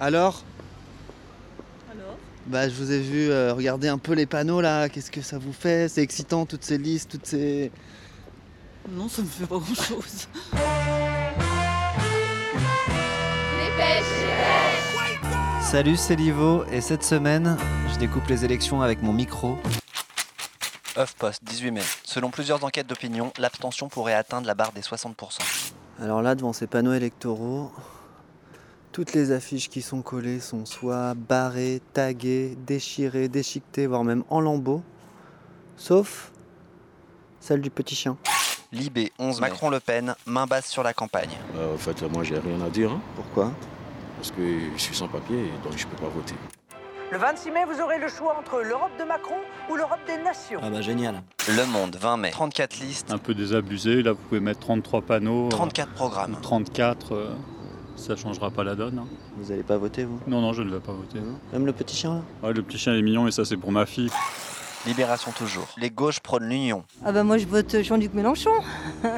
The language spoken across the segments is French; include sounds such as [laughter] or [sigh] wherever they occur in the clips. Alors Alors Bah, je vous ai vu euh, regarder un peu les panneaux là. Qu'est-ce que ça vous fait C'est excitant toutes ces listes, toutes ces. Non, ça me fait pas grand chose. Salut, c'est Livo et cette semaine, je découpe les élections avec mon micro. HuffPost, 18 mai. Selon plusieurs enquêtes d'opinion, l'abstention pourrait atteindre la barre des 60%. Alors là, devant ces panneaux électoraux, toutes les affiches qui sont collées sont soit barrées, taguées, déchirées, déchiquetées, voire même en lambeaux, sauf celle du petit chien. Libé, 11 mai. Macron-Le Pen, main basse sur la campagne. Euh, en fait, moi, j'ai rien à dire, hein, Pourquoi parce que je suis sans papier, donc je peux pas voter. Le 26 mai, vous aurez le choix entre l'Europe de Macron ou l'Europe des nations. bah génial. Le Monde, 20 mai. 34 listes, un peu désabusé. Là, vous pouvez mettre 33 panneaux, euh, 34 programmes. 34. euh, ça changera pas la donne. hein. Vous allez pas voter vous Non, non, je ne vais pas voter. Même le petit chien là Ouais, le petit chien est mignon et ça, c'est pour ma fille. Libération toujours. Les gauches prônent l'union, Ah bah moi je vote Jean-Luc Mélenchon.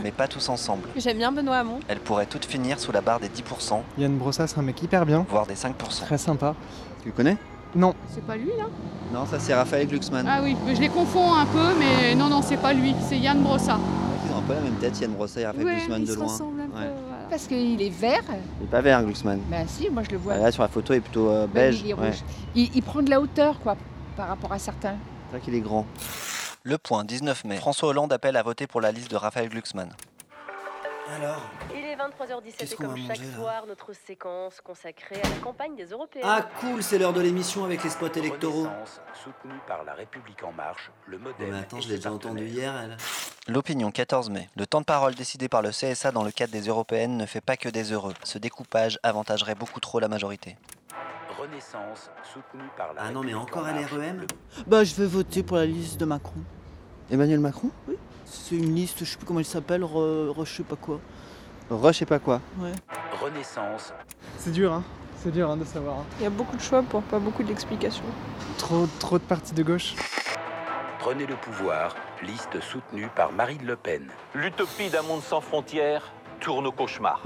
mais pas tous ensemble. J'aime bien Benoît Hamon. Elles pourraient toutes finir sous la barre des 10%, Yann Brossas, un mec hyper bien, voire des 5%. très sympa. Tu le connais Non, C'est pas lui là Non, ça c'est Raphaël Glucksmann. Ah oui, je les confonds un peu, mais non, non, c'est pas lui, c'est Yann Brossa. Ils ont un peu la même tête, Yann Brossat et Raphaël Glucksmann de loin. Ouais. Parce qu'il est vert. Il est pas vert Glucksmann. Ah, Bah si, moi je le vois. Là sur la photo, il est plutôt euh, Bah oui, beige. il est Ouais. rouge. Il, il prend de la hauteur, quoi, par rapport à certains. C'est vrai qu'il est grand. Le point, 19 mai. François Hollande appelle à voter pour la liste de Raphaël Glucksmann. Alors Il est 23h17 Qu'est-ce et qu'on comme va chaque manger, là soir, notre séquence consacrée à la campagne des Européens. Ah cool, c'est l'heure de l'émission avec les spots électoraux. Oh, Renaissance, soutenue par la République en marche, le Mais modèle. attends, et je ses l'ai déjà entendu partenaires. hier. Elle. L'opinion, 14 mai. Le temps de parole décidé par le CSA dans le cadre des européennes ne fait pas que des heureux. Ce découpage avantagerait beaucoup trop la majorité. Renaissance, soutenue par la Ah non, mais République encore en à marche, l'REM le Bah, je vais voter pour la liste de Macron. Emmanuel Macron C'est une liste, je sais plus comment elle s'appelle, re, re- je sais pas quoi. Re, je sais pas quoi. Ouais. Renaissance, c'est dur, hein. C'est dur hein, de savoir. hein. Il y a beaucoup de choix pour pas beaucoup d'explications. Trop, trop de partis de gauche. prenez le pouvoir, liste soutenue par Marine Le Pen. L'utopie d'un monde sans frontières tourne au [laughs] cauchemar.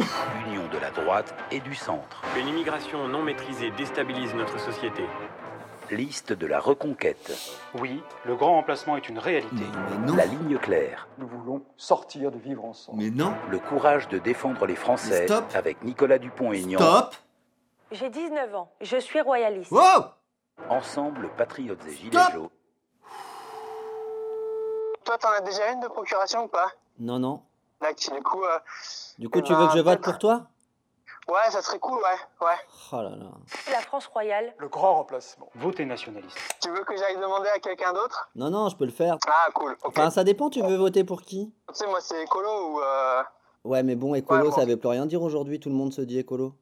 Union de la droite et du centre, Une immigration non maîtrisée déstabilise notre société. liste de la reconquête, Oui, le grand remplacement est une réalité. Mais non. la ligne claire, Nous voulons sortir de vivre ensemble. Mais non. le courage de défendre les Français Mais stop. avec Nicolas Dupont-Aignan. Stop. J'ai 19 ans, je suis royaliste. Wow. Ensemble, patriotes et gilets Stop. jaunes. Toi, t'en as déjà une de procuration ou pas Non non. D'accord, du coup, euh, Du coup, tu veux que je vote pour toi ouais, ça serait cool, ouais, ouais. Oh là là. La France royale. Le grand remplacement. Votez nationaliste. Tu veux que j'aille demander à quelqu'un d'autre Non non, je peux le faire. Ah, cool, ok. Enfin, ça dépend. Tu veux voter pour qui tu sais, moi, c'est écolo ou... euh, Ouais, mais bon, écolo, Ouais, bon. ça veut plus rien dire aujourd'hui. Tout le monde se dit écolo.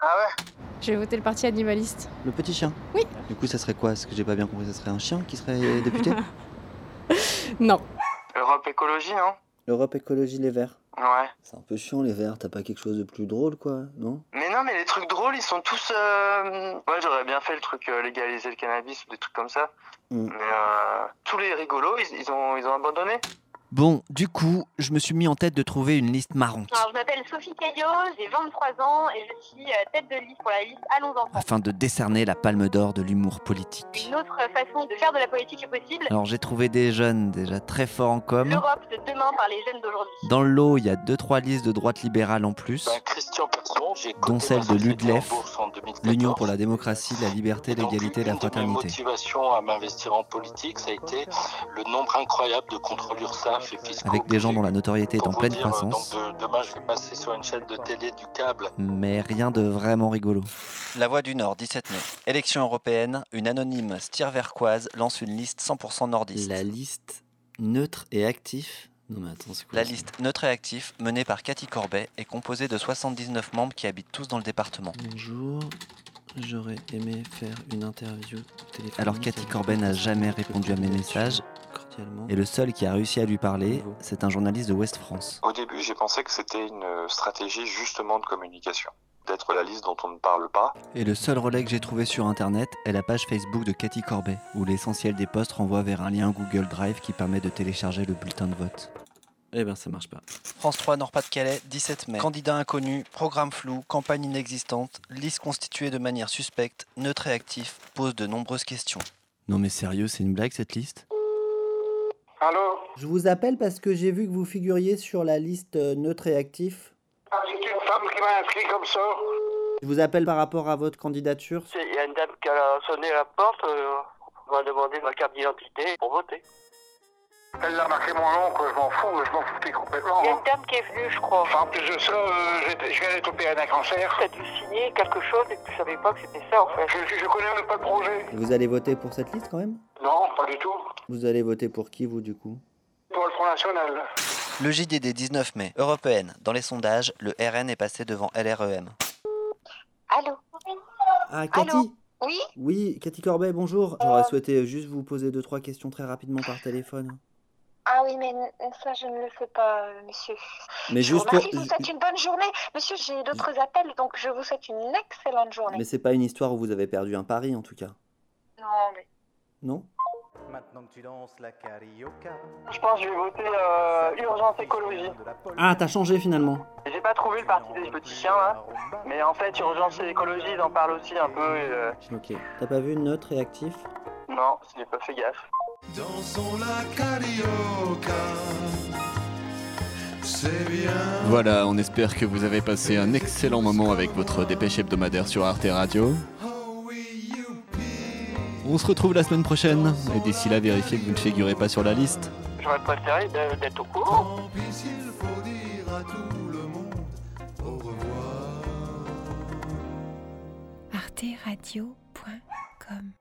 Ah ouais Je vais voter le parti animaliste. Le petit chien. Oui. Du coup, ça serait quoi Ce que j'ai pas bien compris, ça serait un chien qui [laughs] serait député Non. Europe écologie, non Europe Écologie Les Verts. Ouais. C'est un peu chiant les Verts. T'as pas quelque chose de plus drôle, quoi, non Mais non, mais les trucs drôles, ils sont tous... euh, Ouais, j'aurais bien fait le truc euh, légaliser le cannabis ou des trucs comme ça. Mm. Mais euh, tous les rigolos, ils, ils ont, ils ont abandonné. Bon, du coup, je me suis mis en tête de trouver une liste marrante, je m'appelle Sophie Caillot, j'ai 23 ans et je suis euh, tête de liste pour la liste Allons enfants. afin de décerner la palme d'or de l'humour politique. autre façon de faire de la politique est possible. Alors j'ai trouvé des jeunes déjà très forts en com. L'Europe de demain par les jeunes d'aujourd'hui. Dans le lot, il y a 2-3 listes de droite libérale en plus. Ben, Christian Persson, j'ai... Dont celle de l'UDLEF, l'Union pour la démocratie, la liberté, donc, l'égalité et la une de mes fraternité. motivation à m'investir en politique, ça a été le nombre incroyable de contrôles URSAF et fiscaux. Avec des gens dont la notoriété est en pleine croissance, demain, je vais passer sur une chaîne de télé du câble. mais rien de vraiment rigolo. La Voix du Nord, 17 mai. Élection européenne, une anonyme stirverquoise lance une liste 100% nordiste. La liste neutre et actif. Non mais attends, c'est quoi La ça liste Neutre et Actif, menée par Cathy Corbet, est composée de 79 membres qui habitent tous dans le département. Bonjour. J'aurais aimé faire une interview téléphonique. Alors Cathy Corbet n'a jamais répondu à mes messages, Cordialement. et le seul qui a réussi à lui parler, c'est un journaliste de Ouest France. Au début, j'ai pensé que c'était une stratégie justement de communication, d'être la liste dont on ne parle pas. Et le seul relais que j'ai trouvé sur internet est la page Facebook de Cathy Corbet, où l'essentiel des posts renvoie vers un lien Google Drive qui permet de télécharger le bulletin de vote. Eh ben, ça marche pas. France 3 Nord-Pas-de-Calais, 17 mai. Candidat inconnu, programme flou, campagne inexistante, liste constituée de manière suspecte, neutre et actif, pose de nombreuses questions. Non, mais sérieux, c'est une blague cette liste Allô Je vous appelle parce que j'ai vu que vous figuriez sur la liste euh, neutre et actif. Ah, C'est une femme qui m'a inscrit comme ça. Je vous appelle par rapport à votre candidature. C'est- Il y a une dame qui a sonné à la porte, euh, on m'a demandé ma carte d'identité pour voter. Elle a marqué mon nom, je m'en fous, je m'en foutais complètement. Il y a une dame qui est venue, je euh, crois. En plus de ça, Euh, je viens d'être opéré d'un cancer. T'as dû signer quelque chose et que tu savais pas que c'était ça, en fait. Je, je connais même pas le projet. Et Vous allez voter pour cette liste quand même Non, pas du tout. Vous allez voter pour qui vous du coup Pour le Front National. Le JDD 19 mai, européenne. Dans les sondages, le RN est passé devant E LREM. Allô Ah Cathy Oui Oui, Cathy Corbet, bonjour. J'aurais souhaité juste vous poser deux trois questions très rapidement par téléphone. Ah oui, mais n- ça, je ne le fais pas, euh, monsieur. Mais je juste vous remercie, pour- je vous souhaite une bonne journée. Monsieur, j'ai d'autres appels, donc je vous souhaite une excellente journée. Mais c'est pas une histoire où vous avez perdu un pari en tout cas, Non, mais... non Maintenant que tu lances la carioca. Je pense que je vais voter euh, Urgence Écologie. Ah, t'as changé finalement. J'ai pas trouvé le parti des petits chiens là, mais en fait Urgence Écologie ils en parlent aussi un peu. et, euh, Ok. T'as pas vu neutre et actif Non, j'ai pas fait gaffe. Dansons la carioca. C'est bien. Voilà, on espère que vous avez passé un excellent moment avec votre dépêche hebdomadaire sur Arte Radio. On se retrouve la semaine prochaine, et d'ici là, vérifiez que vous ne figurez pas sur la liste. J'aurais préféré de- d'être au courant. Tant pis s'il faut dire à tout le monde au revoir. arteradio.com